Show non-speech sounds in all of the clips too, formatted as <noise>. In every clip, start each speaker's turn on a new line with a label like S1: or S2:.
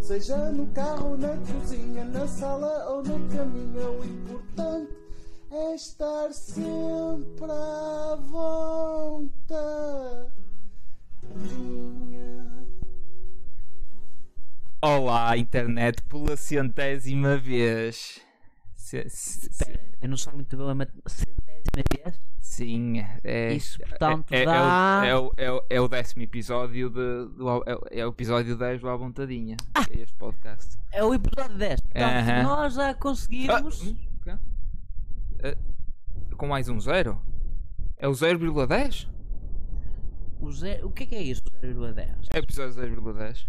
S1: Seja no carro, na cozinha, na sala ou no caminho, o importante é estar sempre à vontade.
S2: Olá, internet, pela centésima vez. Se- se-
S3: Sim, eu não sou muito bom a mat- centésima vez.
S2: Sim, é.
S3: Isso, portanto,
S2: é, é,
S3: dá-
S2: é, o, é, o, é, o, é o décimo episódio de, do, al- é, o- é o episódio 10 do Álbum Tadinha.
S3: Ah!
S2: É este podcast.
S3: É o episódio 10. Portanto,
S2: Aham.
S3: nós já conseguimos.
S2: hum, o quê? Ah, com mais um zero? É o 0,10?
S3: O, zero, o que é que é isso, o 0,10?
S2: É o episódio 0,10.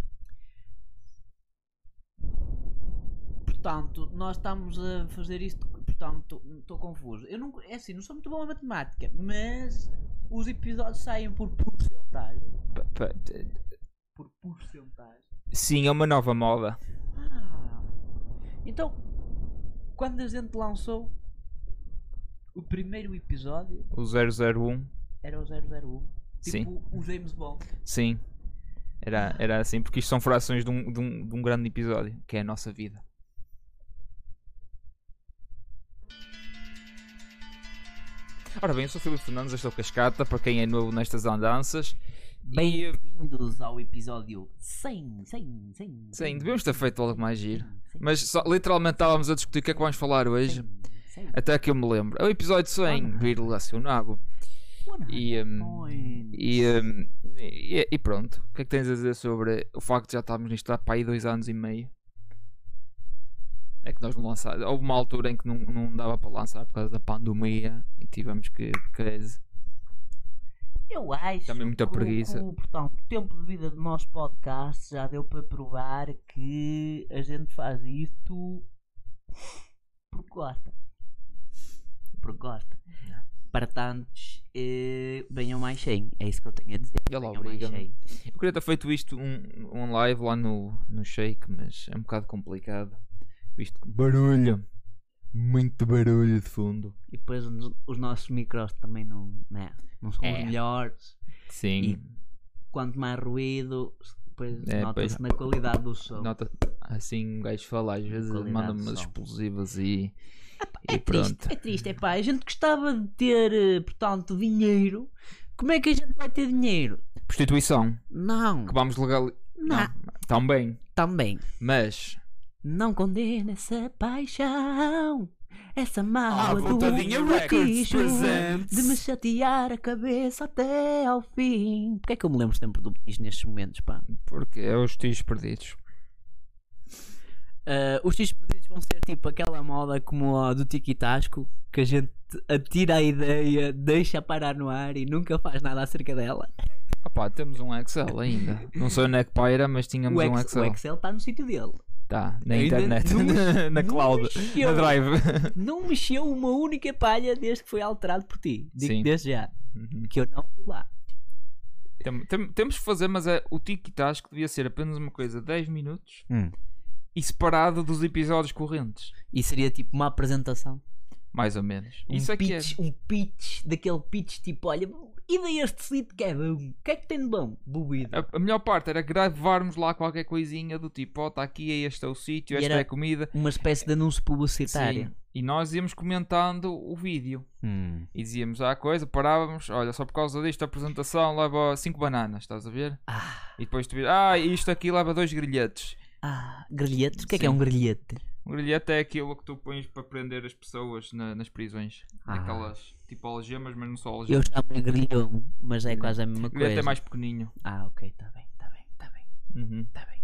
S3: Portanto, nós estamos a fazer isto. Portanto, estou confuso. Eu não, é assim, não sou muito bom a matemática, mas os episódios saem por porcentagem.
S2: Pa- pa- t-
S3: Por porcentagem.
S2: Sim, é uma nova moda.
S3: Ah, então, quando a gente lançou o primeiro episódio,
S2: O 001.
S3: era o 001.
S2: Sim.
S3: Tipo o James Bond.
S2: Sim. Era, era assim, porque isto são frações de um, de, um, de um grande episódio, que é a nossa vida. Ora bem, eu sou o Filipe Fernandes, estou Cascata, para quem é novo nestas andanças. E,
S3: Bem-vindos ao episódio 100, 100, 100.
S2: sim, devíamos ter feito algo mais giro. Mas só- literalmente estávamos a discutir o que é que vamos falar hoje, até que eu me lembro. É o episódio 100, vírgula, seu nabo. E, hum, E, hum, e- e pronto, o que é que tens a dizer sobre o facto de já estarmos nisto há para aí dois anos e meio? É que nós não lançámos. Houve uma altura em que não, não dava para lançar por causa da pandemia e tivemos que. crazy.
S3: Eu acho
S2: Também muita
S3: que o-
S2: preguiça.
S3: que o, portanto, o tempo de vida do nosso podcast já deu para provar que a gente faz isto por gosta. Por gosta. Para tantos, eh, venham mais 100. É isso que eu tenho a dizer.
S2: Ele
S3: Venham mais
S2: obriga-me.
S3: 100.
S2: Eu queria ter feito isto um, um live lá no, no Shake, mas é um bocado complicado. Visto que barulho, muito barulho de fundo.
S3: E depois os- os nossos micros também não, né, não são
S2: É.
S3: os melhores.
S2: Sim,
S3: Quanto mais ruído, depois
S2: É,
S3: nota-se
S2: pois.
S3: na qualidade do som.
S2: nota assim um gajo fala, às vezes
S3: Qualidade
S2: manda-me
S3: de
S2: umas
S3: som.
S2: explosivas e.
S3: É
S2: e pronto.
S3: triste, é triste, é pá. A gente gostava de ter, eh, portanto, dinheiro. Como é que a gente vai ter dinheiro?
S2: Prostituição,
S3: Não,
S2: que vamos legal.
S3: não,
S2: Também.
S3: também.
S2: Mas.
S3: Não condena essa paixão, essa
S2: Ah,
S3: mágoa do
S2: Vontadinha Records
S3: betijo,
S2: presents.
S3: de me chatear a cabeça até ao fim. Porquê é que eu me lembro sempre do betijo nestes momentos, pá?
S2: Porque é os tios perdidos.
S3: Ah, os tios perdidos vão ser tipo aquela moda como a do Tiki Tasco, que a gente atira a ideia, deixa parar no ar e nunca faz nada acerca dela.
S2: Ah pá, temos um Excel ainda. Não sei onde é que paira, mas tínhamos
S3: o,
S2: um
S3: Ex- o
S2: Excel.
S3: Excel está no sítio dele.
S2: Tá, na
S3: Ainda
S2: internet.
S3: não
S2: <laughs> na
S3: não
S2: cloud.
S3: mexeu.
S2: Na drive. <laughs>
S3: Não mexeu uma única palha desde que foi alterado por ti. Digo
S2: Sim.
S3: desde já.
S2: Uhum.
S3: Que eu não fui lá.
S2: Tem- tem- temos que fazer, mas é, o Tiki Task devia ser apenas uma coisa 10 minutos
S3: Hum.
S2: e separado dos episódios correntes.
S3: E seria tipo uma apresentação.
S2: Mais ou menos.
S3: Um
S2: Isso é que é.
S3: pitch, um pitch, daquele pitch tipo, olha, e este sítio que é bom. O que é que tem de bom? Bobida.
S2: A, a melhor parte era gravarmos lá qualquer coisinha do tipo, ó, está aqui, este é o sítio,
S3: E
S2: esta
S3: era-
S2: é a comida.
S3: Uma espécie de anúncio publicitário.
S2: Sim. E nós íamos comentando o vídeo.
S3: Hum.
S2: E dizíamos ah, a coisa, parávamos, olha, só por causa disto a apresentação leva 5 bananas, estás a ver?
S3: Ah,
S2: E depois tu vires, ah, isto aqui leva dois grelhetes.
S3: ah, grelhete. O que é que
S2: Sim.
S3: é um grelhete?
S2: Um grelhete é aquilo que tu pões para prender as pessoas na- nas prisões.
S3: Ah.
S2: Aquelas tipo algemas, mas não só
S3: Eu
S2: algemas.
S3: chamo-lhe grelhão, mas é quase a mesma
S2: O grelhete
S3: coisa.
S2: é mais pequenino.
S3: Ah, ok, está bem, está bem, está bem.
S2: Uhum.
S3: Tá bem.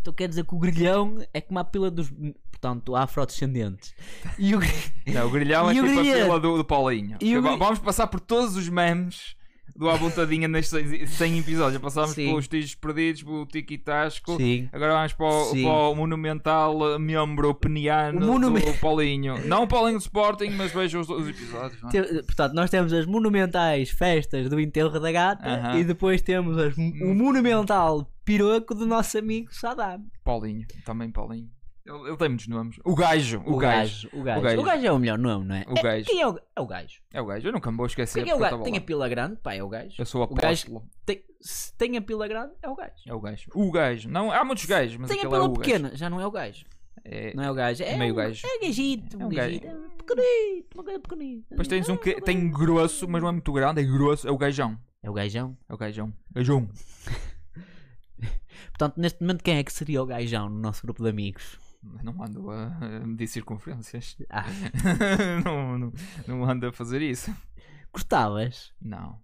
S3: Então quer dizer que o grilhão é como a pila dos. Portanto, afrodescendentes. E o, gri-
S2: Não, o grelhão é
S3: E o
S2: tipo a
S3: grelhete?
S2: fila do, do Paulinho.
S3: E o
S2: Va-
S3: grel-
S2: Vamos passar por todos os memes do Abontadinha nestes 100 episódios. Já passámos
S3: Sim.
S2: pelos Tijos Perdidos, pelo Tiki Tasco.
S3: Sim.
S2: Agora vamos para o,
S3: Sim.
S2: para o monumental eh, membro peniano
S3: O monumen-
S2: do Paulinho. Não o Paulinho do Sporting, mas vejam os, os episódios. Não é?
S3: Te- Portanto, nós temos as monumentais festas do enterro da gata
S2: Aham. Hum.
S3: e depois temos as- o monumental piroco do nosso amigo Saddam.
S2: Paulinho, também Paulinho. Ele, ele tem muitos nomes. O gajo, o, gajo.
S3: O gajo.
S2: O gajo.
S3: O gajo é o melhor nome, não é?
S2: O
S3: É-
S2: gajo.
S3: Quem é o gajo? É o gajo.
S2: É o gajo, eu nunca me vou esquecer.
S3: Quem é
S2: porque
S3: o
S2: eu
S3: gajo?
S2: tava
S3: Tem
S2: lá.
S3: a pila grande? Pá, é o gajo.
S2: Eu sou
S3: O gajo-
S2: apóstolo.
S3: Tem- se tem a pila grande, é o gajo.
S2: É o gajo. O gajo. Não, há muitos gajos, mas
S3: tem a
S2: aquele é
S3: pila
S2: o gajo.
S3: pequena, já não é o gajo.
S2: É,
S3: Não é o gajo. É
S2: Meio
S3: um,
S2: gajo.
S3: É um gajito, um,
S2: É um gajo.
S3: gajito. É pequenito, uma coisa pequenita.
S2: Depois tens um que tem grosso, mas não é muito grande, é grosso, é o gajão.
S3: É o gajão.
S2: É o gajão. Gajão.
S3: Portanto, neste momento, quem é que seria o gajão no nosso grupo de amigos?
S2: Mas não ando a a medir circunferências. <laughs>
S3: Ah,
S2: não, não, não ando a fazer isso.
S3: gostavas?
S2: Não,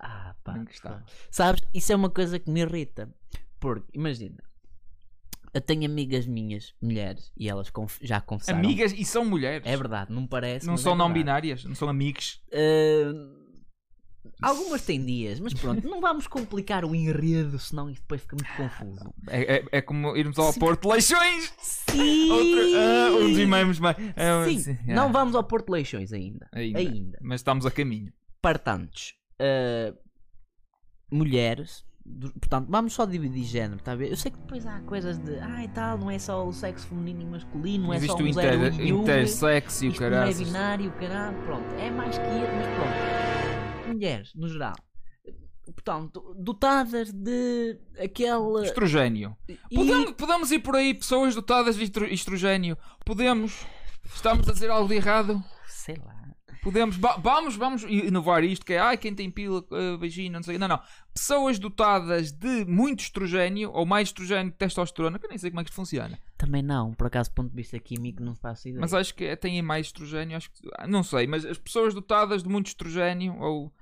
S3: Ah, pá.
S2: não gostava.
S3: Sabes, isso é uma coisa que me irrita. Porque, imagina, eu tenho amigas minhas, mulheres, e elas conf- já confessaram.
S2: Amigas e são mulheres.
S3: um É verdade, não parece.
S2: Não
S3: mas
S2: são
S3: é
S2: não
S3: verdade.
S2: binárias, não são amigos.
S3: Ah, algumas têm dias, mas pronto, não vamos complicar o enredo, senão isso depois fica muito confuso.
S2: É, é, é como irmos ao Porto de Leixões.
S3: Sim!
S2: Outro, ah, um dos irmãos mais. ah,
S3: Sim.
S2: sim, ah,
S3: Não vamos ao Porto de Leixões ainda.
S2: Ainda.
S3: Ainda.
S2: Mas estamos a caminho.
S3: Partantes, ah, mulheres. du- Portanto, vamos só dividir género, está a ver? Eu sei que depois há coisas de. Ah, e tal, não é só o sexo feminino e masculino, não é só
S2: Existe
S3: um
S2: o
S3: zero
S2: inter,
S3: e um.
S2: intersexo e o
S3: Isto não é
S2: caralho.
S3: binário, caralho, pronto, é mais que isso, mas pronto. Mulheres, no geral. Portanto, dotadas de aquela.
S2: Estrogênio.
S3: E-
S2: Podemos, podemos ir por aí, pessoas dotadas de estro- estrogênio. Podemos. Estamos a dizer algo de errado.
S3: Sei lá.
S2: Podemos. Va- vamos, vamos inovar isto. Que é, ai, quem tem pila, eh, vagina, não sei. Não, não. Pessoas dotadas de muito estrogênio ou mais estrogênio que testosterona. Que eu nem sei como é que isto funciona.
S3: Também não, por acaso, do ponto de vista químico, não faço ideia.
S2: Mas acho que têm mais estrogênio. Acho que, ah, não sei, mas as pessoas dotadas de muito estrogênio ou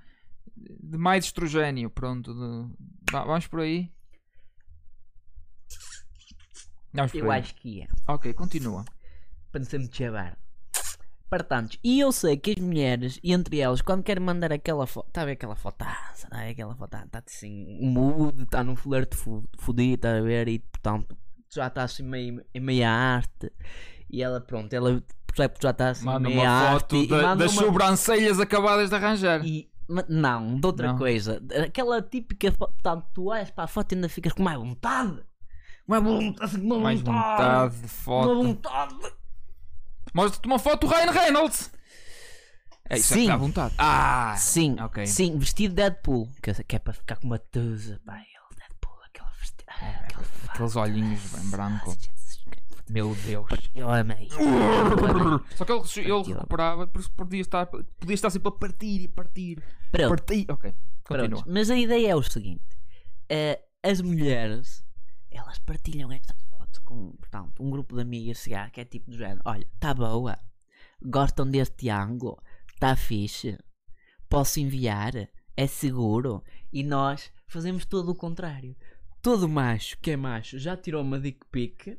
S2: de mais estrogênio. Pronto. de- va- vamos por aí. Vamos por
S3: Eu
S2: aí.
S3: acho que é.
S2: Ok, continua.
S3: Para não ser muito chabar. Partantes, e eu sei que as mulheres, e entre elas, quando querem mandar aquela foto, está a ver aquela fotaça, está a ver aquela foto, está assim, um mood, está num flerte fu- fudido, está a ver, e portanto, tu já está assim meio, em meia arte, e ela, pronto, ela percebe que tu já está assim
S2: Manda
S3: meia
S2: uma
S3: arte,
S2: foto
S3: e
S2: da-
S3: manda
S2: das
S3: uma-
S2: sobrancelhas acabadas de arranjar.
S3: e- ma- não, de outra
S2: Não.
S3: coisa, aquela típica foto, portanto, tu olhas para a foto e ainda ficas com mais vontade, com mais vontade, assim, com
S2: Mais
S3: mais
S2: vontade de
S3: com mais
S2: foto.
S3: vontade.
S2: Mostra-te uma foto do Ryan Reynolds. É isso é
S3: Sim.
S2: que dá vontade. Ah!
S3: Sim,
S2: ok.
S3: sim, vestido de Deadpool. Que, que é para ficar com uma tusa. Pá, ele, Deadpool, aquela vestida. Ah, aquele fato.
S2: É, Aqueles olhinhos bem branco.
S3: Jesus,
S2: Meu Deus.
S3: Eu
S2: <laughs>
S3: amei.
S2: Só que ele, ele recuperava, por isso podia estar, podia estar sempre a partir e partir.
S3: Pronto,
S2: Partir. Ok,
S3: pronto.
S2: continua.
S3: Mas a ideia é o seguinte: eh, as mulheres elas partilham esta foto com portanto, um grupo de amigas se há, que é tipo do género: olha, está boa, gostam deste ângulo, está fixe, posso enviar, é seguro. E nós fazemos todo o contrário. Todo macho que é macho já tirou uma dick pic,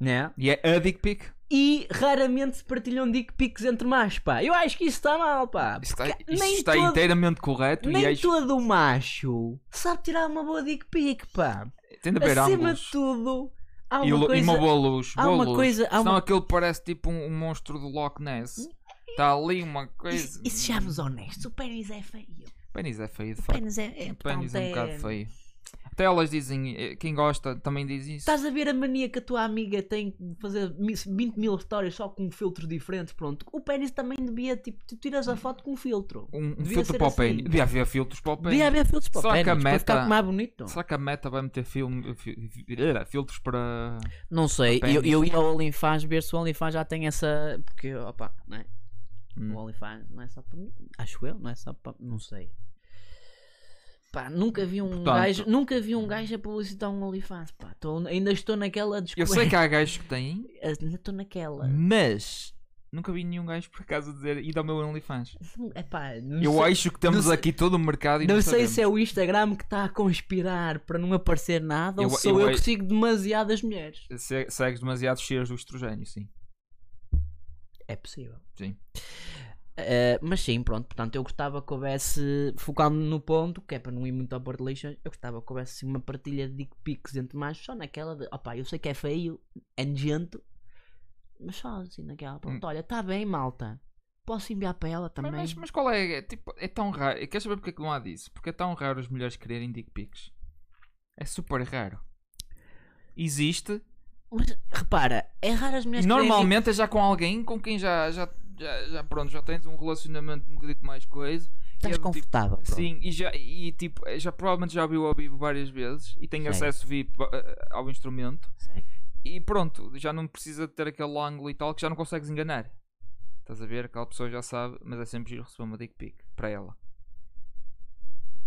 S3: né?
S2: E é a dick pic?
S3: E raramente se partilham dick pics entre machos, pá. Eu acho que isso está mal, pá.
S2: Isto está,
S3: Ah, Porque
S2: isto
S3: nem
S2: está
S3: todo-
S2: inteiramente correto e
S3: nem
S2: é,
S3: todo macho sabe tirar uma boa dick pic, pá.
S2: tem de haver
S3: Acima
S2: ângulos.
S3: de tudo, há
S2: E,
S3: uma
S2: lo- e uma
S3: coisa...
S2: boa luz.
S3: há
S2: boa
S3: uma
S2: luz.
S3: coisa- há
S2: Senão
S3: uma-
S2: aquele parece tipo um, um monstro do Loch Ness. Está ali uma
S3: Isso,
S2: coisa.
S3: isso sejamos honestos, o pênis é feio.
S2: O pênis é feio, de
S3: O
S2: facto.
S3: pênis é, é,
S2: O pênis
S3: portanto,
S2: é um bocado feio. Até elas dizem, eh, quem gosta também diz isso.
S3: Estás a ver a mania que a tua amiga tem de fazer mi- 20 mil histórias só com um filtro diferente, pronto. O pênis também devia, tipo, tu tiras a foto com um filtro.
S2: Um, um
S3: Devia
S2: filtro
S3: ser
S2: para o
S3: assim.
S2: pênis. Devia haver filtros para o pênis.
S3: Devia haver filtros para o
S2: Só que a
S3: pênis, para
S2: meta-
S3: ficar mais bonito.
S2: Será que a meta vai meter filme, fi- fi- eh, filtros para.
S3: Não sei,
S2: Pênis.
S3: eu, eu ia ao OnlyFans ver se o OnlyFans já tem essa. Porque, opa, não é?
S2: Hum.
S3: O OnlyFans não é só para mim. Acho eu, não é só para. Não sei. Pá, nunca vi um
S2: Portanto-
S3: gajo. Nunca vi um gajo a publicitar um OnlyFans. Pá, Tô- ainda estou naquela
S2: Eu
S3: descoberta.
S2: sei que há gajos que têm,
S3: <laughs> Ainda estou naquela.
S2: mas nunca vi nenhum gajo por acaso dizer e ao meu OnlyFans.
S3: Epá, É não
S2: Hum. Eu
S3: sei,
S2: acho que temos
S3: sei-
S2: aqui todo o mercado e
S3: não
S2: não
S3: sei se
S2: sabemos.
S3: é o Instagram que está a conspirar para não aparecer nada
S2: Eu-
S3: ou sou
S2: eu
S3: eu,
S2: acho-
S3: que sigo demasiadas mulheres.
S2: Se- é Segues demasiado cheias do estrogênio, sim.
S3: É possível.
S2: Sim.
S3: Eh, mas sim, pronto, portanto, eu gostava que houvesse, focando no ponto, que é para não ir muito ao Porto de Lixões, eu gostava que houvesse assim, uma partilha de dick pics entre machos, só naquela de, opá, eu sei que é feio, é nojento, mas só assim naquela, pronto, olha, está bem, malta, posso enviar para ela também?
S2: Hum. Mas, mas qual é? é Tipo, é tão raro. Queres saber porque é que não há disso? Porque é tão raro as mulheres quererem dick pics. É super raro. Existe,
S3: Mas repara, é raro as mulheres que querem vir-
S2: Normalmente é já com alguém com quem já, já, já, já, pronto, já tens um relacionamento um bocadinho mais coisa. é do
S3: Estás
S2: tipo-
S3: confortável. pronto.
S2: Sim, e, já, e tipo, já provavelmente já viu ao vivo várias vezes e tem
S3: Sei.
S2: acesso VIP a- ao instrumento
S3: Sei.
S2: e pronto, já não precisa de ter aquele ângulo e tal que já não consegues enganar. Estás a ver? Aquela pessoa já sabe, mas é sempre giro receber uma dick pic para ela.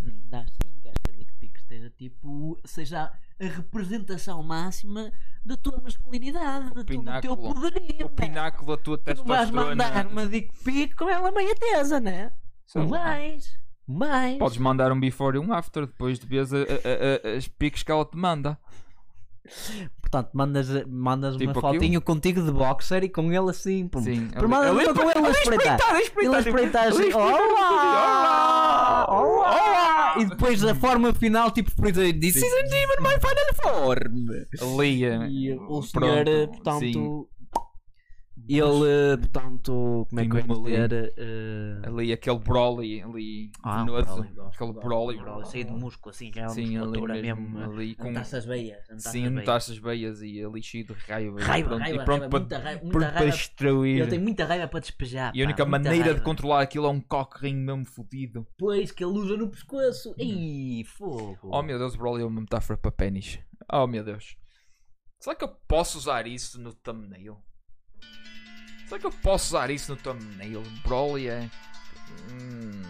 S2: Hum.
S3: Dá
S4: Sim,
S3: sim.
S4: queres que a Dick Pic esteja tipo. seja a representação máxima da tua masculinidade, da tua, do teu
S2: pináculo.
S4: poderio. é?
S2: O
S4: pá.
S2: pináculo da tua
S3: Tu não vais mandar
S2: testosterona.
S3: uma dick pic com ela meia tesa, né?
S2: Sei
S3: Não
S2: lá.
S3: vais. Não Vais.
S2: Podes mandar um before e um after, depois de vez a- a- a- as piques que ela te manda.
S3: Portanto, mandas, mandas
S2: Tipo
S3: uma
S2: aquilo?
S3: fotinho contigo de boxer e com ele assim. Pum.
S2: Sim,
S3: Por mal
S2: ali-
S3: não
S2: ali-
S3: com ele a
S2: ali
S3: espreitar.
S2: espreitar, ali
S3: Ele a
S2: espreitar,
S3: espreitar
S2: ali
S3: assim.
S2: espreitar,
S3: Olá!
S2: ali, olá,
S3: Olá!
S2: olá."
S3: E depois a forma final, tipo, espreita. This
S2: Sim. eh,
S3: isn't even my final form.
S2: Lia.
S3: E o senhor, eh, portanto. Ele, eh, portanto, como é que eu
S2: Tem
S3: vou
S2: uma
S3: dizer? eh,
S2: Ali aquele broly ali.
S3: Ah, um
S2: venoso.
S3: broly, gosto,
S2: aquele
S3: gosto,
S2: broly.
S3: broly, Cheio de músculo, assim, já é uma
S2: Sim, ali
S3: musculatura
S2: mesmo.
S3: mesmo. eh,
S2: ali com.
S3: Notaste as veias. notaste as
S2: Sim,
S3: veias.
S2: notaste as veias e ali cheio de raiva. e
S3: Raiva,
S2: pronto-
S3: raiva,
S2: e pronto
S3: raiva,
S2: para,
S3: muita raiva, muita
S2: pronto para
S3: raiva.
S2: destruir.
S3: Ele tem muita raiva para despejar.
S2: E a única
S3: Ah, pá, muita
S2: maneira de
S3: raiva.
S2: controlar aquilo é um cockring mesmo fodido.
S3: Pois, que ele usa no pescoço. Ih, fogo.
S2: Hum. Oh meu Deus, o Broly é uma metáfora para pênis. Oh meu Deus. Será que eu posso usar isso no thumbnail? Será que eu posso usar isso no thumbnail? Broly é. Hum,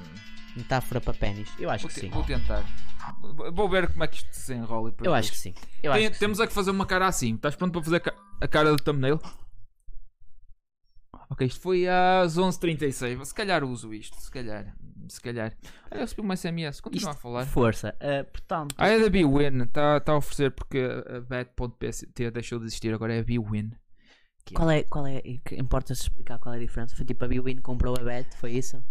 S3: Metáfora para pênis. Eu acho
S2: vou,
S3: que
S2: te-
S3: sim.
S2: vou tentar. Vou- Vou ver como é que isto se enrola. e depois
S3: Eu acho que
S2: vejo.
S3: sim. Eu
S2: Tem-
S3: acho que
S2: temos é que fazer uma cara assim. Estás pronto para fazer a ca- a cara do thumbnail? Ok, isto foi às 11h36. Se calhar uso isto. Se calhar. Se calhar. Olha, eu recebi uma SMS. Continua
S3: Isto-
S2: a falar.
S3: Força. Ah, portanto,
S2: Ah, é da Bwin, está tá a oferecer porque a Bet.pt deixou de existir, agora é a Bwin.
S3: qual é, qual é, que- importa-se explicar qual é a diferença? Foi tipo a Bwin comprou a Bet, foi isso?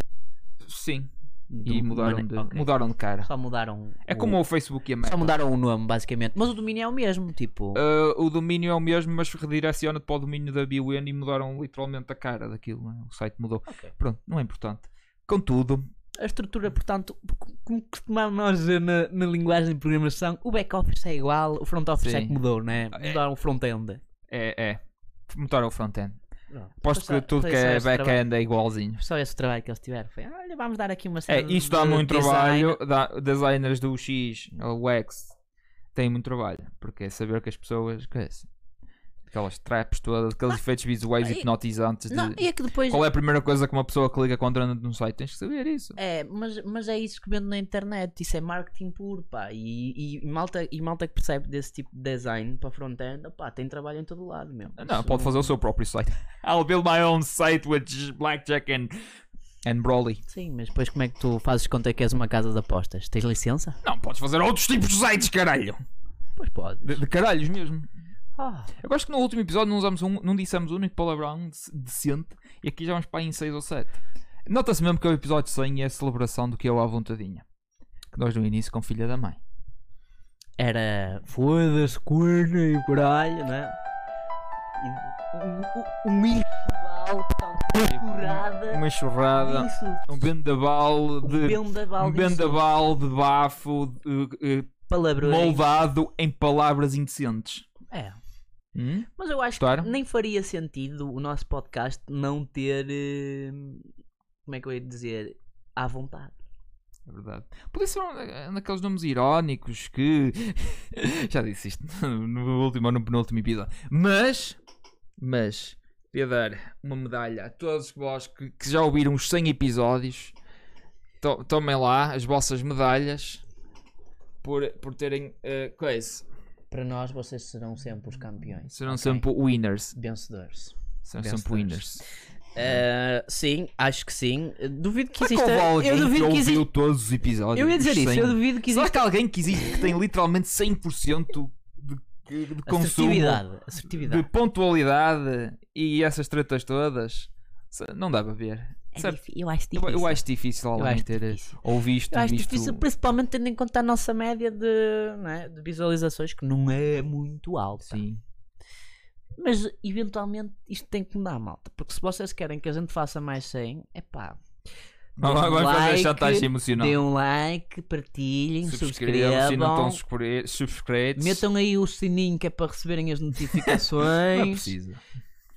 S2: Sim,
S3: Do-
S2: e mudaram
S3: mane-
S2: de,
S3: ok.
S2: mudaram de cara.
S3: Só mudaram.
S2: É
S3: o-
S2: como o Facebook e a
S3: Só
S2: Meta.
S3: mudaram o nome, basicamente. Mas o domínio é o mesmo, tipo.
S2: Ah, o domínio é o mesmo, mas redireciona-te para o domínio da Bwin e mudaram literalmente a cara daquilo. né? O site mudou.
S3: Ok.
S2: Pronto, não é importante. Contudo,
S3: A estrutura, portanto, c- como costumamos nós dizer na, na linguagem de programação, o back-office é igual, o front-office é
S2: Sim.
S3: que mudou, né?
S2: É.
S3: Mudaram o front-end.
S2: é. é. Mudaram o front-end.
S3: Pronto.
S2: Aposto
S3: Foi
S2: que
S3: só-
S2: tudo
S3: foi
S2: que
S3: só
S2: é
S3: esse trabalho.
S2: back-end é igualzinho.
S3: Só esse trabalho que eles tiveram foi: olha, vamos dar aqui uma
S2: É,
S3: cena
S2: isto dá
S3: de
S2: muito
S3: design."
S2: trabalho. Dá, designers do X ou X têm muito trabalho. Porque é saber que as pessoas. Que é isso? aquelas traps todas, aqueles efeitos visuais
S3: e-
S2: hipnotizantes. De...
S3: Não, e é que depois.
S2: Qual é a primeira coisa que uma pessoa clica quando entra num um site? Tens que saber isso.
S3: É, mas, mas é isso que vendo na internet, isso é marketing puro, pá. E, e, malta, e malta que percebe desse tipo de design para front-end, pá, tem trabalho em todo lado, meu.
S2: Não, pode fazer o seu próprio site. <laughs> I'll build my own site with Blackjack and, and Broly.
S3: Sim, mas depois como é que tu fazes conta que és uma casa de apostas? Tens licença?
S2: Não, podes fazer outros tipos de sites, caralho.
S3: Pois podes.
S2: De, de caralhos mesmo.
S3: Ah,
S2: Eu gosto que no último episódio não, usamos um, não dissemos o único palavrão dec- decente e aqui já vamos para aí em 6 ou 7. Nota-se mesmo que é o episódio 100 é a celebração do que é o à vontadinha. Que nós no início com filha da mãe.
S3: era foda-se, corno e coralho, né? E um- um- um enxoval, portanto,
S2: Tipo,
S3: curada.
S2: Uma churrada,
S3: Isso,
S2: um vendaval
S3: um
S2: de.
S3: vendaval
S2: Um
S3: disso.
S2: vendaval de bafo de- eh, eh,
S3: Palavrões.
S2: moldado em palavras indecentes.
S3: É.
S2: Hum?
S3: Mas eu acho
S2: Claro.
S3: que nem faria sentido o nosso podcast não ter. eh, Como é que eu ia dizer? À vontade.
S2: É verdade. Podia ser um, eh, naqueles nomes irónicos que. <laughs> Já disse isto no último ou no penúltimo episódio. Mas. Mas. Queria dar uma medalha a todos vós que, que já ouviram os 100 episódios. To- tomem lá as vossas medalhas por, por terem. eh, coisa.
S3: Para nós, vocês serão sempre os campeões.
S2: Serão sempre winners.
S3: Vencedores.
S2: Serão
S3: Vencedores.
S2: sempre winners.
S3: Eh, sim, acho que sim. Duvido que
S2: Será que
S3: exista.
S2: houve alguém
S3: é- eu duvido que
S2: ouviu
S3: exista.
S2: todos os episódios.
S3: Eu ia dizer
S2: os
S3: isso.
S2: 100?
S3: Eu duvido que
S2: Será
S3: exista.
S2: que alguém que existe que tem literalmente 100% de, de, de consumo?
S3: Assertividade.
S2: de
S3: Assertividade.
S2: pontualidade e essas tretas todas, se- não dá para ver.
S3: É
S2: Certo?
S3: difí- eu acho
S2: Eu,
S3: difícil.
S2: eu acho difícil alguém
S3: acho
S2: ter
S3: difícil.
S2: ouvido
S3: Eu acho
S2: visto.
S3: difícil, principalmente tendo em conta a nossa média de, não é, de visualizações, que não é muito alta.
S2: Sim.
S3: Mas eventualmente isto tem que mudar, malta. Porque se vocês querem que a gente faça mais 100, é pá.
S2: Não, não vamos fazer chantagem emocional.
S3: Dê um like, partilhem,
S2: um Subscrevam, se não estão subscre-
S3: subscrevam.
S2: subscritos.
S3: Metam aí o sininho que é para receberem as notificações.
S2: <laughs> Não é precisa.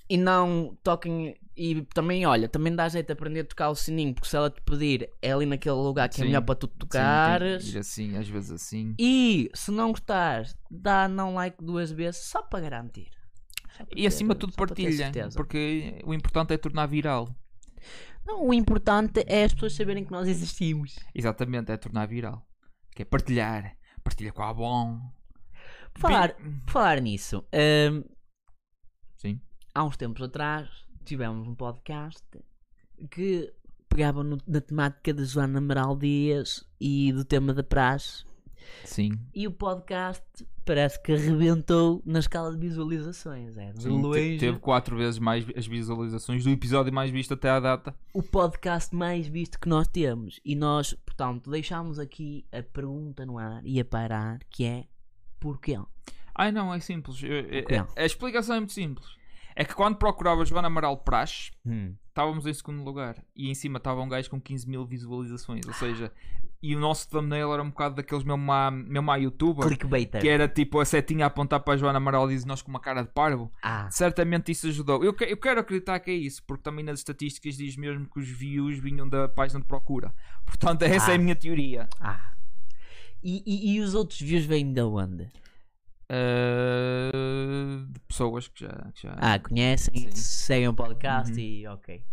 S3: e não toquem. E também, olha, também dá jeito de aprender a tocar o sininho, porque se ela te pedir, é ali naquele lugar que é
S2: Sim.
S3: melhor para tu
S2: Sim, tem
S3: tocares.
S2: que ir assim, às vezes assim.
S3: e se não gostares, dá não like duas vezes só para garantir. Só para
S2: E
S3: ter-
S2: acima de tudo
S3: só para ter
S2: partilhem,
S3: certeza.
S2: porque o importante é tornar viral.
S3: Não, o importante é as pessoas saberem que nós existimos.
S2: Exatamente, é tornar viral. Que é partilhar. Partilha com a bom.
S3: Por falar, por falar nisso, hum,
S2: Sim.
S3: há uns tempos atrás tivemos um podcast que pegava no- na temática de Joana Amaral Dias e do tema da praxe.
S2: Sim.
S3: E o podcast parece que arrebentou na escala de visualizações. É, de
S2: Sim, te-
S3: longe
S2: Teve quatro vezes mais vi- as visualizações do episódio mais visto até à data.
S3: o podcast mais visto que nós temos. E nós, portanto, deixámos aqui a pergunta no ar e a parar, que é porquê?
S2: Ai não, é simples. Eu- eu-
S3: Ok.
S2: a- a explicação é muito simples. É que quando procurava Joana Amaral Praxe, estávamos em segundo lugar. E em cima estava um gajo com 15 mil visualizações. Ou seja, e o nosso thumbnail era um bocado daqueles mesmo má, mesmo má youtuber.
S3: Clickbaiter.
S2: Que era tipo a setinha a apontar para a Joana Amaral e nós com uma cara de parvo.
S3: Ah,
S2: Certamente isso ajudou. Eu, que- eu quero acreditar que é isso, porque também nas estatísticas diz mesmo que os views vinham da página de procura. <laughs> Portanto, essa é
S3: Ah.
S2: a minha teoria.
S3: ah. E, e- e os outros views vêm de onde?
S2: Ah, de pessoas que já. que já-
S3: Ah,
S2: Sim.
S3: conhecem, seguem o podcast
S2: Uhum.
S3: e ok.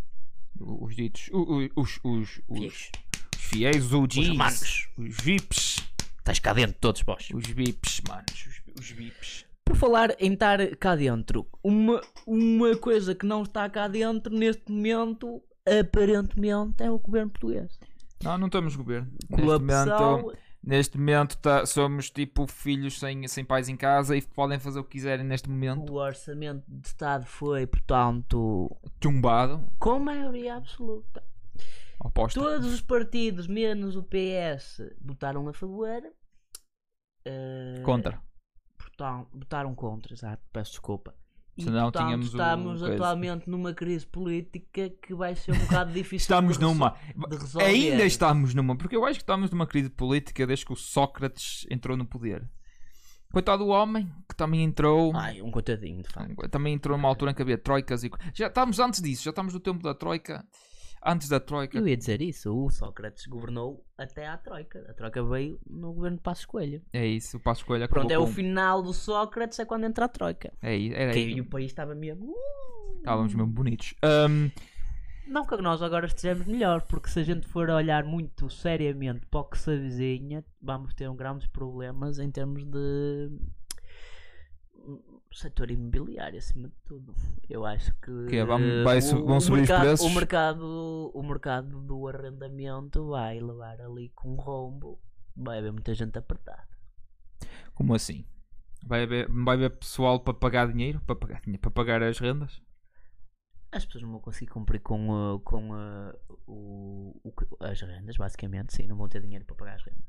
S2: Os ditos. o- o- Os, os, os,
S3: Fixe.
S2: os fiéis, os OGs.
S3: manos.
S2: Os VIPs.
S3: Estás cá dentro todos vós.
S2: Os VIPs, manos. Os, os VIPs.
S3: Por falar em estar cá dentro, uma, uma coisa que não está cá dentro neste momento, aparentemente, é o governo português.
S2: Não, não estamos governo. Neste
S3: Colapsou,
S2: momento, neste momento tá- somos tipo filhos sem, sem pais em casa e podem fazer o que quiserem neste momento.
S3: O orçamento de Estado foi, portanto,
S2: Tumbado.
S3: com maioria absoluta.
S2: Oposta.
S3: Todos os partidos, menos o PS, votaram a favor. Eh,
S2: Contra.
S3: portan- votaram um contra, exato, peço desculpa. E
S2: Senão
S3: portanto,
S2: tínhamos o-
S3: estamos
S2: o coisa.
S3: atualmente numa crise política que vai ser um
S2: <laughs>
S3: bocado difícil. de
S2: Estamos
S3: resol-
S2: numa.
S3: de resolver.
S2: Ainda estamos numa, porque eu acho que estamos numa crise política desde que o Sócrates entrou no poder. Coitado do homem, que também entrou.
S3: Ai, um coitadinho, de facto.
S2: Também entrou numa altura em que havia troicas e. co- Já estamos antes disso, já estamos no tempo da troika. Antes da troika.
S3: Eu ia dizer isso, o Sócrates governou até à Troika. A Troika veio no governo de Passo Coelho.
S2: É isso, o Passo Coelho acabou
S3: Pronto, é o
S2: com-
S3: final do Sócrates, é quando entra a Troika.
S2: É isso, era
S3: Que-
S2: isso.
S3: e o país estava mesmo. uh,
S2: Estávamos mesmo bonitos. Ah, Ahm,
S3: Não que nós agora estejamos melhor, porque se a gente for olhar muito seriamente para o que se avizinha, vamos ter um grandes problemas em termos de hum, setor imobiliário, acima de tudo. Eu acho que,
S2: Que é, vamos- vai
S3: eh,
S2: su- vão subir os
S3: mercado,
S2: preços?
S3: O mercado, o mercado do arrendamento vai levar ali com rombo. Vai haver muita gente apertada.
S2: como assim? Vai haver, vai haver pessoal para pagar dinheiro? Para pagar dinheiro? Para pagar as rendas?
S3: As pessoas não vão conseguir cumprir com, eh, com eh, o, o que- as rendas, basicamente, sim, não vão ter dinheiro para pagar as rendas.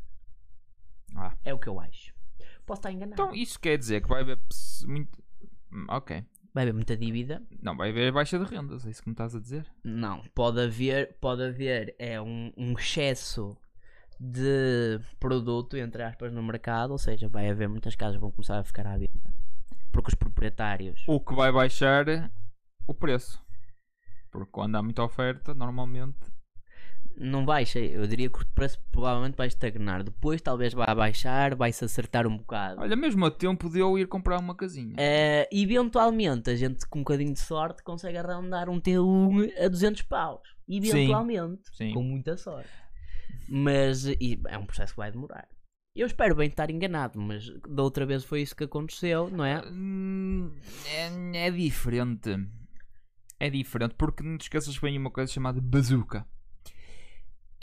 S2: Ah.
S3: É o que eu acho. Posso estar enganado.
S2: Então isso quer dizer que vai haver. pes- Muito... Hum, Ok.
S3: Vai haver muita dívida?
S2: Não, vai haver baixa de rendas, é isso que me estás a dizer?
S3: Não. Pode haver, pode haver é um, um excesso de produto, entre aspas, no mercado, ou seja, vai haver muitas casas que vão começar a ficar à venda. Porque os proprietários.
S2: o que vai baixar o preço. Porque quando há muita oferta, normalmente.
S3: Não baixa, eu diria que o preço provavelmente vai estagnar. Depois talvez vá baixar, vai se acertar um bocado.
S2: Olha, mesmo a tempo de eu ir comprar uma casinha.
S3: Eh, eventualmente a gente com um bocadinho de sorte consegue arrendar um T1 a 200 paus. Eventualmente,
S2: Sim.
S3: com muita sorte. Mas eh, e é um processo que vai demorar. Eu espero bem estar enganado, mas da outra vez foi isso que aconteceu,
S2: <laughs>
S3: não é?
S2: Hum, É, é diferente. É diferente, porque não te esqueças que vem uma coisa chamada bazooka.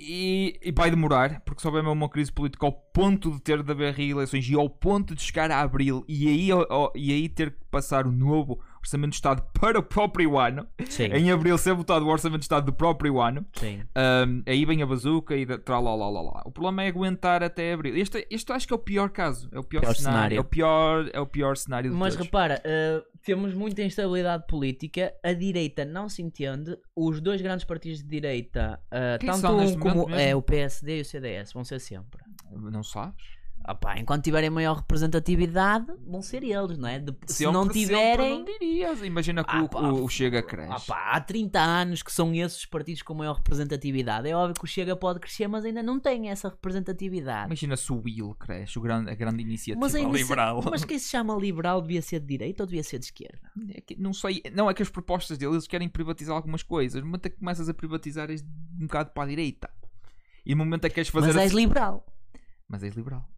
S2: E, e vai demorar, porque só vem mesmo uma crise política ao ponto de ter de haver reeleições e ao ponto de chegar a abril e aí, ó, ó, e aí ter que passar o novo Orçamento de Estado para o próprio ano.
S3: Sim,
S2: Em abril ser votado o Orçamento de Estado do próprio ano.
S3: sim.
S2: Um, aí vem a bazuca e tralalalala. O problema é aguentar até abril. Este, este acho que é o pior caso. É o pior,
S3: Pior
S2: cenário.
S3: cenário.
S2: É, o pior, é o pior cenário de
S3: Mas
S2: todos.
S3: repara, eh, Temos muita instabilidade política, a direita não se entende, os dois grandes partidos de direita, ah,
S2: Quem
S3: tanto
S2: são neste
S3: um como
S2: momento mesmo?
S3: é o PSD e o CDS, vão ser sempre.
S2: Não sabes?
S3: Ah pá, enquanto tiverem maior representatividade, vão ser eles, não é? De- se não
S2: Sempre, sempre,
S3: tiverem.
S2: não dirias. Imagina que
S3: Ah,
S2: o,
S3: pá,
S2: o- o Chega
S3: Ah
S2: cresce.
S3: pá, há 30 anos que são esses os partidos com maior representatividade. É óbvio que o Chega pode crescer, mas ainda não tem essa representatividade.
S2: Imagina se o Will cresce, o grande, a grande iniciativa
S3: Mas, ainda se-
S2: liberal.
S3: mas quem se chama liberal devia ser de direita ou devia ser de esquerda?
S2: <laughs> É que não sei, não é que as propostas dele eles querem privatizar algumas coisas, no momento é que começas a privatizar és um bocado para a direita. E no momento é que queres fazer
S3: Mas és
S2: assim-
S3: liberal.
S2: mas és liberal.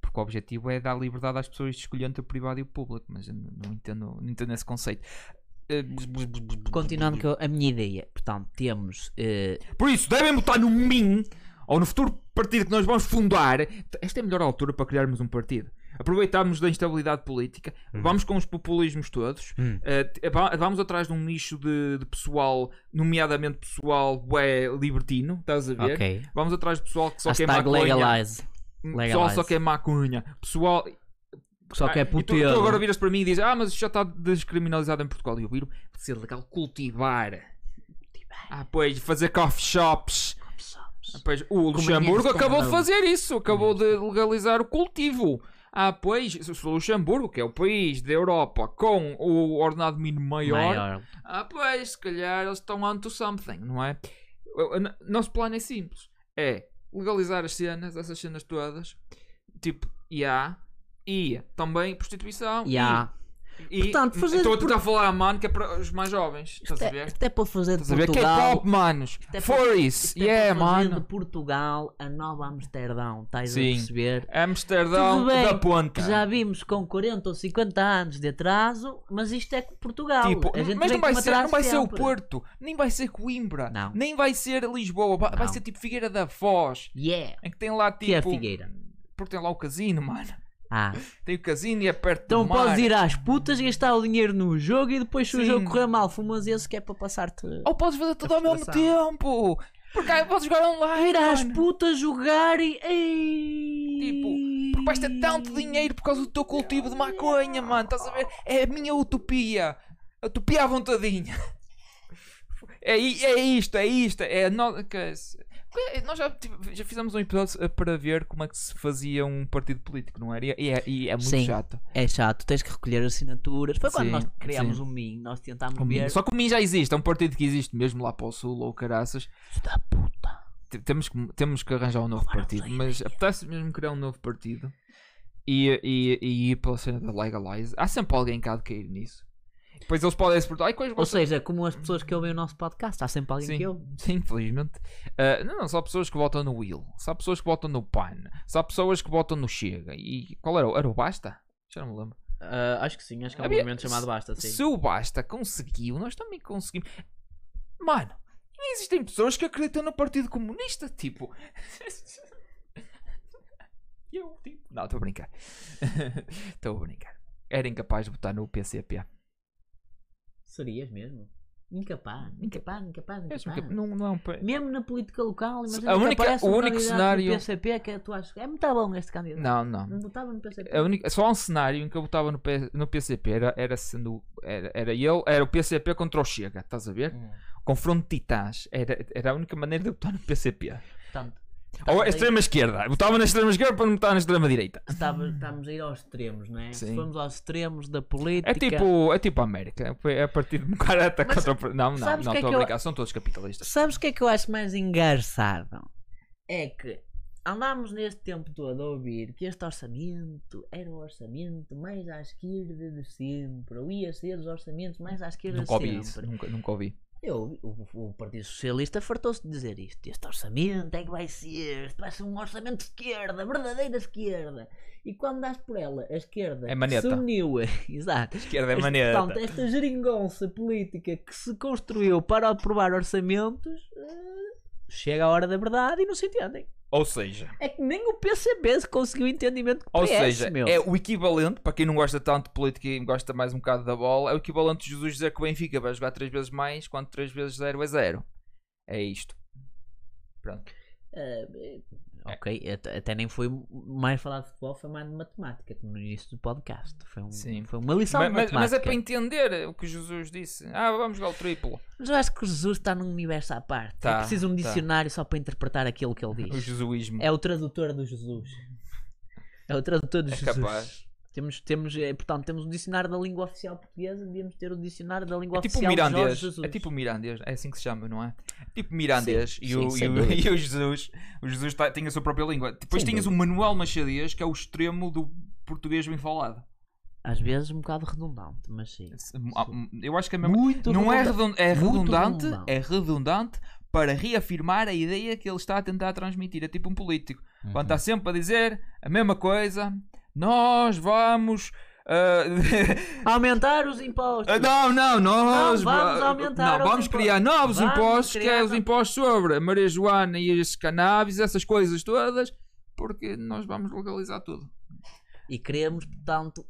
S2: Porque o objetivo é dar liberdade às pessoas de escolher entre o privado e o público, mas eu não não entendo, não entendo esse conceito. Eh, bus, bus, bus, bus, bus,
S3: Continuando com a minha ideia, portanto, temos. eh,
S2: Por isso, devem votar no MIM ou no futuro partido que nós vamos fundar. Esta é a melhor altura para criarmos um partido. Aproveitarmos da instabilidade política, vamos com os populismos todos,
S3: Uhum. Hum.
S2: eh, t- va- vamos atrás de um nicho de, de pessoal, nomeadamente pessoal bué libertino, estás a ver?
S3: ok.
S2: Vamos atrás de pessoal que só quer
S3: Hashtag
S2: maconha,
S3: legalize.
S2: pessoal
S3: legalize.
S2: só quer maconha, pessoal
S3: Só que é
S2: ah, e tu-
S3: puteiro.
S2: Tu agora viras para mim e dizes, ah, mas isso já está descriminalizado em Portugal. E eu viro, ser legal cultivar. Ah, pois, fazer coffee shops. Ah, pois, o Luxemburgo
S3: de
S2: acabou de
S3: comprador.
S2: fazer isso, acabou de legalizar o cultivo. Ah, pois, se- se o Luxemburgo, que é o país da Europa com o ordenado mínimo maior,
S3: Maior.
S2: ah, pois, se calhar eles estão onto something, não é? O- o no- Nosso plano é simples: é legalizar as cenas, essas cenas todas, tipo, e há, e também prostituição.
S3: E há.
S2: E,
S3: Portanto,
S2: e-
S3: fazer-
S2: Estou a tentar falar a mano que é para os mais jovens, estás
S3: Isto
S2: a
S3: é,
S2: ver?
S3: isto é para fazer de
S2: Estás a ver?
S3: Portugal.
S2: K-pop, manos!
S3: é para-
S2: For isso!
S3: isto é
S2: Yeah,
S3: para fazer
S2: mano!
S3: de Portugal a nova Amsterdão. Estás a
S2: Sim. Ah.
S3: perceber?
S2: Amsterdão
S3: Tudo bem,
S2: da ponta.
S3: Que já vimos com 40 ou 50 anos de atraso, mas isto é Portugal.
S2: Tipo,
S3: a gente
S2: mas
S3: vem
S2: não vai,
S3: com
S2: ser, não
S3: atraso
S2: vai ser o
S3: sempre.
S2: Porto, nem vai ser Coimbra,
S3: Não.
S2: nem vai ser Lisboa, vai, vai
S3: Não.
S2: ser tipo Figueira da Foz,
S3: Yeah.
S2: em que tem lá
S3: Que é
S2: tipo.
S3: Figueira.
S2: Porque tem lá o casino, mano.
S3: Ah.
S2: Tem o casino e é perto
S3: Então
S2: do mar.
S3: podes ir às putas, gastar o dinheiro no jogo e depois se o
S2: Sim. Oh,
S3: jogo correr mal, fumas esse que é para passar-te.
S2: Ou podes fazer tudo ao mesmo
S3: frustração.
S2: tempo. Porque aí podes jogar online.
S3: ir às
S2: mano.
S3: putas jogar e. Ei.
S2: Tipo, porque vais ter tanto dinheiro por causa do teu cultivo de maconha, mano. Estás a ver? É a minha utopia. A utopia à vontadinha. <laughs> É, i- é isto, é isto. É a no... que é isso? Que- Nós já, tive- já fizemos um episódio eh, para ver como é que se fazia um partido político, não era? E é, e é- e é muito
S3: Sim.
S2: chato.
S3: É chato, tens que recolher assinaturas. Foi quando
S2: Sim,
S3: nós criámos
S2: sim.
S3: o MIM, nós tentámos
S2: O Minho.
S3: ver.
S2: Só que o Minho já existe. É um partido que existe mesmo lá para o Sul ou caraças.
S3: Filho da puta.
S2: T- temos que, temos que arranjar um novo
S3: Agora
S2: partido,
S3: não sei a
S2: mas apetece mesmo criar um novo partido e, e, e ir pela cena da legalize. Há sempre alguém cá de cair nisso. Depois eles podem se perguntar, ai, quais
S3: Ou
S2: vocês?
S3: seja, como as pessoas que ouvem o nosso podcast, há sempre alguém
S2: Sim,
S3: que ouve.
S2: sim, infelizmente. Ah, não, não, só há pessoas que votam no Will, só há pessoas que votam no PAN, só há pessoas que votam no Chega. E qual era? o- Era o Basta? Já não me lembro.
S3: acho que sim, acho
S2: que há um Havia- movimento chamado
S3: Basta,
S2: Se o Basta conseguiu, nós também conseguimos. Mano, existem pessoas que acreditam no Partido Comunista, tipo. <laughs> Eu, tipo. Não, estou a brincar. <laughs> Estou a brincar. Era incapaz de votar no PCP.
S3: Serias mesmo? Incapaz, incapaz, incapaz,
S2: Eu
S3: incapaz.
S2: acho que não, não é um. pa-
S3: Mesmo na política local, imagina
S2: A
S3: que
S2: única-
S3: aparece
S2: o
S3: um
S2: único
S3: candidato do
S2: cenário-
S3: PCP que tu achas que é muito bom este candidato.
S2: Não, não.
S3: Não votava no PCP.
S2: A única- só há um cenário em que eu votava no, P- no PCP era, era sendo. Era, era ele, era o PCP contra o Chega, estás a ver?
S3: Hum.
S2: Confronto de titãs. Era, era a única maneira de eu votar no PCP.
S3: Portanto,
S2: Ou
S3: estamos,
S2: a extrema esquerda. Votava na extrema esquerda para não votar na extrema direita.
S3: a, estava- estamos a ir aos extremos, não é?
S2: Sim.
S3: Se formos aos extremos da política.
S2: É tipo, é tipo a América. É a partir de um cara contra
S3: Mas
S2: o. Não, não, não,
S3: sabes
S2: estou
S3: o que é
S2: a
S3: que eu-
S2: brincar. São todos capitalistas.
S3: Sabes o que é que eu acho mais engraçado? É que andámos neste tempo todo a ouvir que este orçamento era o orçamento mais à esquerda de sempre, ou ia ser os orçamentos mais à esquerda
S2: Nunca ouvi
S3: de
S2: isso.
S3: sempre.
S2: Nunca, nunca ouvi.
S3: Eu, o, o Partido Socialista fartou-se de dizer isto. Este orçamento é que vai ser, este vai ser um orçamento de esquerda, verdadeira esquerda. E quando dás por ela, a esquerda
S2: É maneta.
S3: se uniu, <laughs> exato,
S2: Esquerda é
S3: este-
S2: maneira.
S3: Portanto, esta geringonça política que se construiu para aprovar orçamentos eh, chega a hora da verdade e não se entendem.
S2: Ou seja,
S3: É que nem o PCB se conseguiu entendimento com o
S2: ou
S3: PS,
S2: seja,
S3: meu.
S2: é o equivalente, para quem não gosta tanto de política e gosta mais um bocado da bola, é o equivalente de Jesus dizer que o Benfica vai jogar 3 vezes mais, quando 3 vezes 0 é 0. É isto.
S3: Eh, eh, Ok, até, até nem foi mais falar de futebol, foi mais de matemática no início do podcast. Foi, um,
S2: Sim.
S3: foi uma lição
S2: Mas,
S3: de
S2: mas-
S3: matemática.
S2: mas é para entender o que Jesus disse. Ah, vamos jogar o triplo.
S3: Mas eu acho que Jesus está num universo à parte.
S2: Tá,
S3: é preciso um
S2: tá.
S3: dicionário só para interpretar aquilo que ele
S2: <laughs>
S3: diz.
S2: O jesuísmo.
S3: É o tradutor do Jesus. É o tradutor do
S2: É
S3: Jesus.
S2: capaz.
S3: Temos, temos, eh, portanto, temos um dicionário da língua oficial portuguesa, devíamos ter o dicionário da língua
S2: É tipo o
S3: oficial de Jorge
S2: mirandês.
S3: Jesus.
S2: É tipo o mirandês. É assim que se chama, não é? Tipo mirandês.
S3: Sim,
S2: e,
S3: sim,
S2: o,
S3: sem
S2: e, o, <laughs>
S3: dúvida.
S2: e o Jesus. O Jesus tá, tem a sua própria língua. Depois
S3: Sem
S2: tinhas o Manuel Machadias, que é o extremo do português bem falado.
S3: Às vezes um bocado redundante, mas sim.
S2: Ah, Eu acho que é mesmo.
S3: Muito
S2: não é,
S3: redundante.
S2: redun- é
S3: Muito
S2: redundante.
S3: redundante.
S2: É redundante para reafirmar a ideia que ele está a tentar transmitir. É tipo um político.
S3: Uhum.
S2: Quando está sempre a dizer a mesma coisa, nós vamos. ah, <laughs>
S3: Aumentar os impostos.
S2: Ah, Não, não, nós
S3: Não, vamos aumentar
S2: não,
S3: os
S2: vamos
S3: impostos.
S2: criar novos
S3: Vamos
S2: impostos, que é
S3: criar
S2: os
S3: no-
S2: impostos sobre a Maria Joana e as cannabis, essas coisas todas, porque nós vamos legalizar tudo.
S3: E queremos, portanto,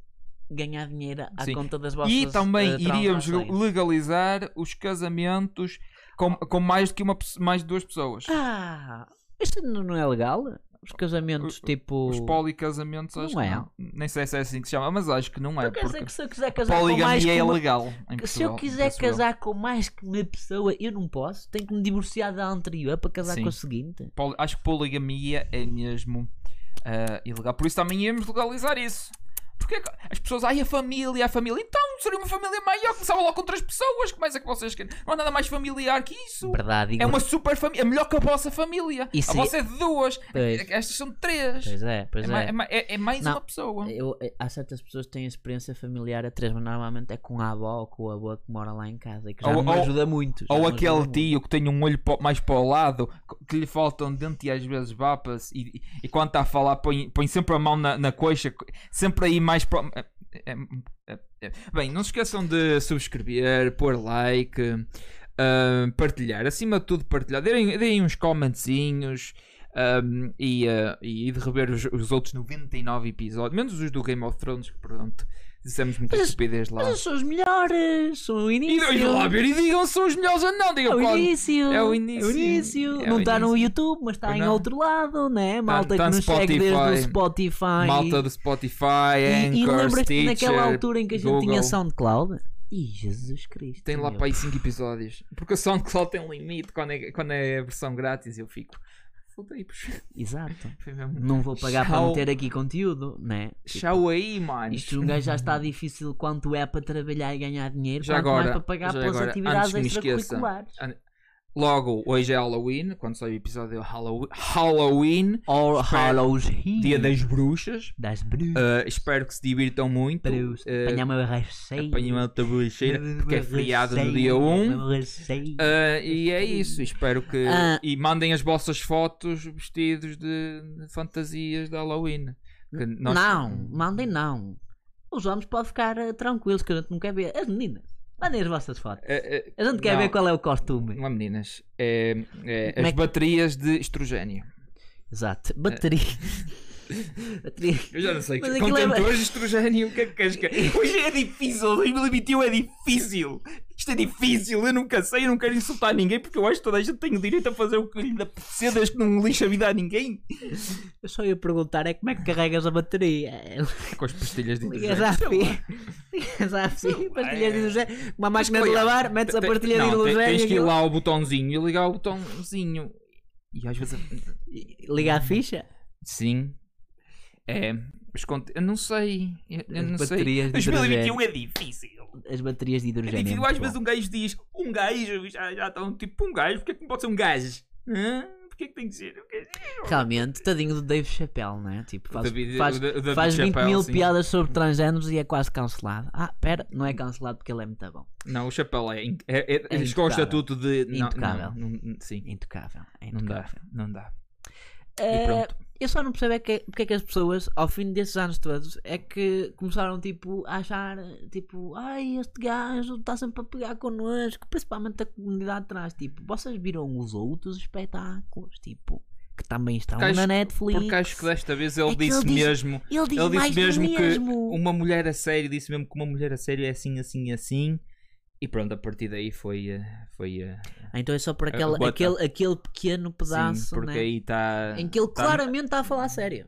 S3: ganhar dinheiro à
S2: Sim.
S3: conta das vossas
S2: e também
S3: eh,
S2: iríamos
S3: transações.
S2: legalizar os casamentos com, com mais do que uma pe- mais de duas pessoas.
S3: Ah, isto não não é legal? Os casamentos
S2: O-
S3: tipo.
S2: Os policasamentos
S3: Não
S2: acho que
S3: é.
S2: não. Nem sei se é assim que se chama, mas acho que não é.
S3: Então quer dizer
S2: Porque
S3: que se eu quiser casar com mais
S2: poligamia
S3: que
S2: é
S3: uma-
S2: legal. em
S3: que Se eu
S2: Portugal,
S3: quiser
S2: penso eu.
S3: casar com mais que uma pessoa, eu não posso. Tenho que me divorciar da anterior para casar
S2: Sim.
S3: com a seguinte.
S2: Poli- acho que poligamia é mesmo ah, ilegal. Por isso também íamos legalizar isso. Porque é que as pessoas, ai, a família, a família. Então seria uma família maior, começava logo com três pessoas. Como é que vocês querem? Não há nada mais familiar que isso.
S3: Verdade,
S2: É
S3: Igor.
S2: uma super família, é melhor que a vossa família.
S3: Isso
S2: a
S3: é-
S2: vossa é de duas,
S3: Pois.
S2: estas são de três.
S3: Pois é,
S2: é,
S3: pois é.
S2: ma- é ma- é- é mais
S3: Não.
S2: uma pessoa.
S3: Eu- eh, há certas pessoas que têm experiência familiar a três, mas normalmente é com a avó ou com o avô que mora lá em casa e que já
S2: Ou-
S3: não
S2: ou-
S3: ajuda muito. já
S2: Ou
S3: não
S2: aquele
S3: ajuda muito.
S2: tio que tem um olho pa- mais para o lado, que- que lhe faltam dente e às vezes vapas, e, e quando está a falar põe, põe sempre a mão na, na coxa, co- sempre aí mais para. o- É- é- é- é. Bem, não se esqueçam de subscrever, pôr like, ah, partilhar, acima de tudo, partilhar, deem, deem uns comentezinhos. ah, e, ah, e de rever os, os outros 99 episódios, menos os do Game of Thrones, que pronto, dissemos muitas
S3: Mas-
S2: estupidez lá.
S3: Mas é eles são os melhores, são o
S2: E,
S3: início.
S2: e lá ver e digam se são os melhores ou não,
S3: É
S2: digam
S3: o
S2: qual-
S3: início.
S2: É o início.
S3: É o início.
S2: É o
S3: não está no
S2: início.
S3: YouTube, mas está
S2: Pois
S3: em
S2: não.
S3: outro lado, né? Malta
S2: tá
S3: que
S2: no
S3: nos segue desde o
S2: Spotify.
S3: Spotify.
S2: Malta do Spotify,
S3: E, e
S2: Anchor,
S3: lembras-te
S2: Stitcher,
S3: naquela altura em que a gente tinha
S2: Google.
S3: SoundCloud? Ih, Jesus Cristo.
S2: Tem lá
S3: meu.
S2: para aí 5 episódios. Porque a SoundCloud tem limite. Quando é, quando é a versão grátis, eu fico. Fudei, puxa.
S3: Exato.
S2: <laughs> Foi mesmo.
S3: Não vou pagar para
S2: Tchau.
S3: meter aqui conteúdo, né? Tipo,
S2: Tchau aí, mano.
S3: Isto um gajo já está difícil quanto é para trabalhar e ganhar dinheiro,
S2: Já
S3: quanto mais
S2: agora,
S3: para pagar
S2: já
S3: pelas
S2: agora,
S3: atividades
S2: antes que me esqueça.
S3: extracurriculares.
S2: Logo, hoje é Halloween. Quando sai o episódio é Hallow- Halloween. Espero-
S3: Or Halloween.
S2: Dia das Bruxas.
S3: das bruxas.
S2: Uh, espero que se divirtam muito.
S3: Bruxas.
S2: Uh,
S3: Apanhar uma receita.
S2: apanhem uma tabulecheira. Porque é feriado no dia 1. Ah, e é isso, espero que.
S3: Ah.
S2: E mandem as vossas fotos vestidos de de fantasias de Halloween. Que nós-
S3: Não, mandem não. Os homens podem ficar eh, tranquilos que a gente não quer ver. As meninas, mandem as vossas fotos.
S2: É, é,
S3: A gente quer
S2: não,
S3: ver qual é o costume.
S2: Não é meninas. É, é
S3: Como
S2: as
S3: é que-
S2: baterias de estrogênio. <laughs>
S3: Exato. Bateria. Bateria.
S2: É. Eu já não sei.
S3: Mas
S2: que-
S3: aquilo é-
S2: Contentores de estrogênio, o que é que queres que- Hoje é difícil, 2021 é difícil. Isto é difícil, eu nunca sei, eu não quero insultar ninguém porque eu acho que toda a gente tem o direito a fazer o que lhe apetecer desde que não lixa a vida a ninguém.
S3: Eu só ia perguntar é como é que carregas a bateria.
S2: Com as pastilhas de
S3: Ligas
S2: hidrogênio.
S3: à
S2: é?
S3: <laughs> fia. Ligas à fia. Pastilha de hidrogênio. Uma máquina de
S2: cuidado,
S3: lavar, metes a
S2: Tem-
S3: pastilha de é,
S2: não, tem- Tens que ir
S3: hidrogênio.
S2: lá ao botãozinho e ligar o botãozinho. E às vezes.
S3: e- Liga
S2: Uhum.
S3: a ficha.
S2: Sim. É. os conte- Eu não sei. Eu, eu
S3: As
S2: não sei.
S3: baterias de
S2: 2021 é difícil.
S3: As baterias de
S2: É
S3: hidrogênio.
S2: difícil.
S3: muito
S2: Às vezes
S3: bom.
S2: um gajo diz: um gajo, já, já estão tipo um gajo, porque é que não pode ser um gajo? Hã? Porquê que tem que ser?
S3: Realmente, tadinho do Dave Chappelle, né? Tipo, faz,
S2: David-
S3: faz,
S2: o Da- o David
S3: faz 20
S2: Chappelle,
S3: mil
S2: sim.
S3: piadas sobre transgéneros e é quase cancelado. Ah, pera, não é cancelado porque ele é muito bom.
S2: Não, o chapéu é. inc- é, é,
S3: É
S2: eles com o
S3: intocável.
S2: estatuto de. Não,
S3: Intocável.
S2: não, não- sim.
S3: Intocável. É
S2: Não dá.
S3: intocável.
S2: Não dá.
S3: Eh,
S2: E pronto.
S3: eu só não percebo é que, porque é que as pessoas, ao fim desses anos todos, é que começaram tipo, a achar, tipo, ai, este gajo está sempre a pegar connosco, principalmente a comunidade atrás. Tipo, vocês viram os outros espetáculos, tipo, que também estão
S2: Porque
S3: na
S2: acho-
S3: Netflix.
S2: Porque acho que desta vez
S3: É
S2: ele
S3: que ele
S2: disse
S3: diz-
S2: mesmo.
S3: Ele diz
S2: Ele
S3: mais
S2: disse mesmo, um-
S3: do mesmo.
S2: que uma mulher a sério disse mesmo que uma mulher a sério é assim, assim, assim. E pronto, a partir daí foi. eh, foi eh,
S3: Ah, então é só por
S2: Eh,
S3: aquele,
S2: what
S3: aquele, aquele pequeno pedaço
S2: sim, porque
S3: né?
S2: aí está.
S3: em que ele
S2: tá-
S3: claramente está a falar sério.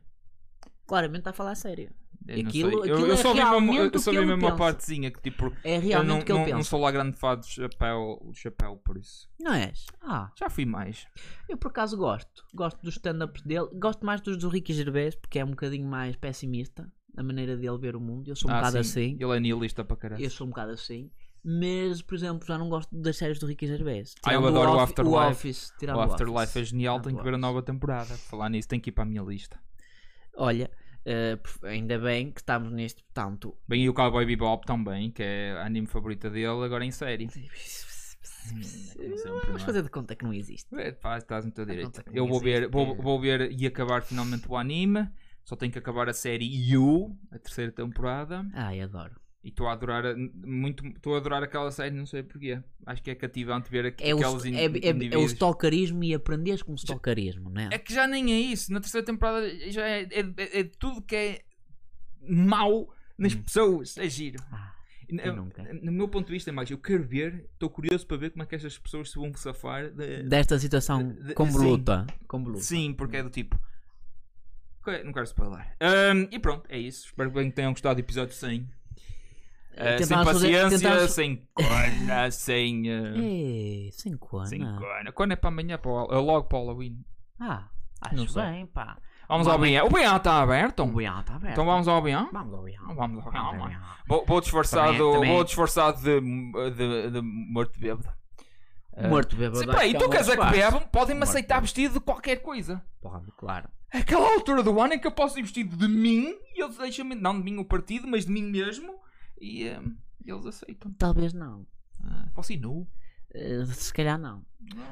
S3: Claramente está a falar sério.
S2: Eu, não
S3: aquilo-
S2: sei. Eu-
S3: aquilo
S2: eu
S3: é
S2: só vi uma, eu
S3: realmente o
S2: só
S3: que
S2: vi
S3: ele
S2: mesmo uma
S3: pensa.
S2: partezinha que tipo.
S3: É
S2: Eu não,
S3: realmente o que ele
S2: não, não
S3: pensa.
S2: sou lá grande fado de chapéu, de chapéu, por isso.
S3: Não, és? Ah,
S2: Já fui mais.
S3: eu por acaso gosto. Gosto dos stand-ups dele. Gosto mais dos do Ricky Gervais, porque é um bocadinho mais pessimista a maneira dele ver o mundo. Eu sou um
S2: Ah,
S3: bocado
S2: sim,
S3: assim.
S2: Ele é nihilista para caralho.
S3: Eu sou um bocado assim. Mas, por exemplo, já não gosto das séries do Ricky Gervais.
S2: Ah, eu
S3: Tirando
S2: adoro o
S3: Offi-
S2: Afterlife.
S3: Office, tirando
S2: O Afterlife é genial,
S3: Tirando
S2: tenho
S3: o
S2: que ver a
S3: Office.
S2: nova temporada. Por Falar nisso, tenho que ir para a minha lista.
S3: Olha, eh, por- ainda bem que estamos nisto. Portanto,
S2: Bem, e o Cowboy Bebop também, que é a anime favorita dele, agora em série. como sempre, não
S3: vamos
S2: é?
S3: fazer de conta que não existe.
S2: É, pá, estás no teu direito.
S3: conta que
S2: Eu
S3: Ah, não
S2: vou ver,
S3: existe,
S2: vou,
S3: é.
S2: vou ver e acabar finalmente o anime. Só tenho que acabar a série You, a terceira temporada.
S3: Ai, adoro.
S2: E estou a adorar a- muito, estou a adorar aquela série, não sei porquê. Acho que é cativante ver aqu
S3: É o,
S2: aqueles
S3: st-
S2: in-
S3: é, é, é o
S2: indivíduos.
S3: stalkerismo e aprendes com stalkerismo, não é?
S2: É que já nem é isso. Na terceira temporada já é, é- é- é tudo que é mau nas pessoas. É giro.
S3: Hum. Ah,
S2: E na-
S3: eu nunca.
S2: No meu ponto de vista, é mais. Eu quero ver, estou curioso para ver como é que estas pessoas se vão safar. de-
S3: Desta situação
S2: de- de-
S3: convoluta. Convoluta.
S2: Sim, porque é do tipo. Ok, Não quero spoiler. Ahm, e pronto, é isso. Espero bem que tenham gostado do episódio 100. Ah, sem
S3: Tentámos fazer-
S2: paciência,
S3: tentámos-
S2: sem
S3: <laughs>
S2: cona, sem. ah,
S3: Ei, sem
S2: sem
S3: cona.
S2: cona. Quando é para amanhã? Para o, é logo para o Halloween.
S3: Ah, acho
S2: Não sei.
S3: bem, pá.
S2: Vamos
S3: Vamos.
S2: ao Bian. O Bian está aberto?
S3: é O Bial está aberto.
S2: Então vamos ao Bian? Então
S3: Vamos ao Bial.
S2: Vamos ao Bian,
S3: Vamos ao
S2: mano.
S3: Bial.
S2: Vou, vou disfarçado,
S3: Também- é- também-
S2: vou disfarçado de, de, de morto bêbado. Ah,
S3: Morto bêbado.
S2: Sim, peraí,
S3: acho
S2: tu
S3: é um
S2: queres é que
S3: espaço.
S2: bebam? Podem-me
S3: Morto
S2: aceitar
S3: bêbado.
S2: vestido de qualquer coisa.
S3: Porra, claro.
S2: É aquela altura do ano em que eu posso ir vestido de mim e eles deixam-me, não de mim o partido, mas de mim mesmo e ah, eles aceitam.
S3: Talvez não.
S2: Ah, posso ir nu?
S3: Eh, se calhar não.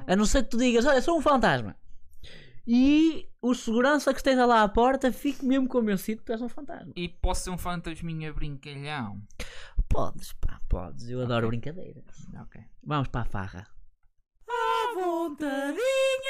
S3: A não ser que tu digas, olha, sou um fantasma. E o segurança que esteja lá à porta fique mesmo convencido que tu és um fantasma.
S2: E posso ser um fantasminha brincalhão.
S3: Podes, pá, podes. Eu adoro brincadeiras.
S2: Ok.
S3: Vamos para a farra.
S1: À vontadinha.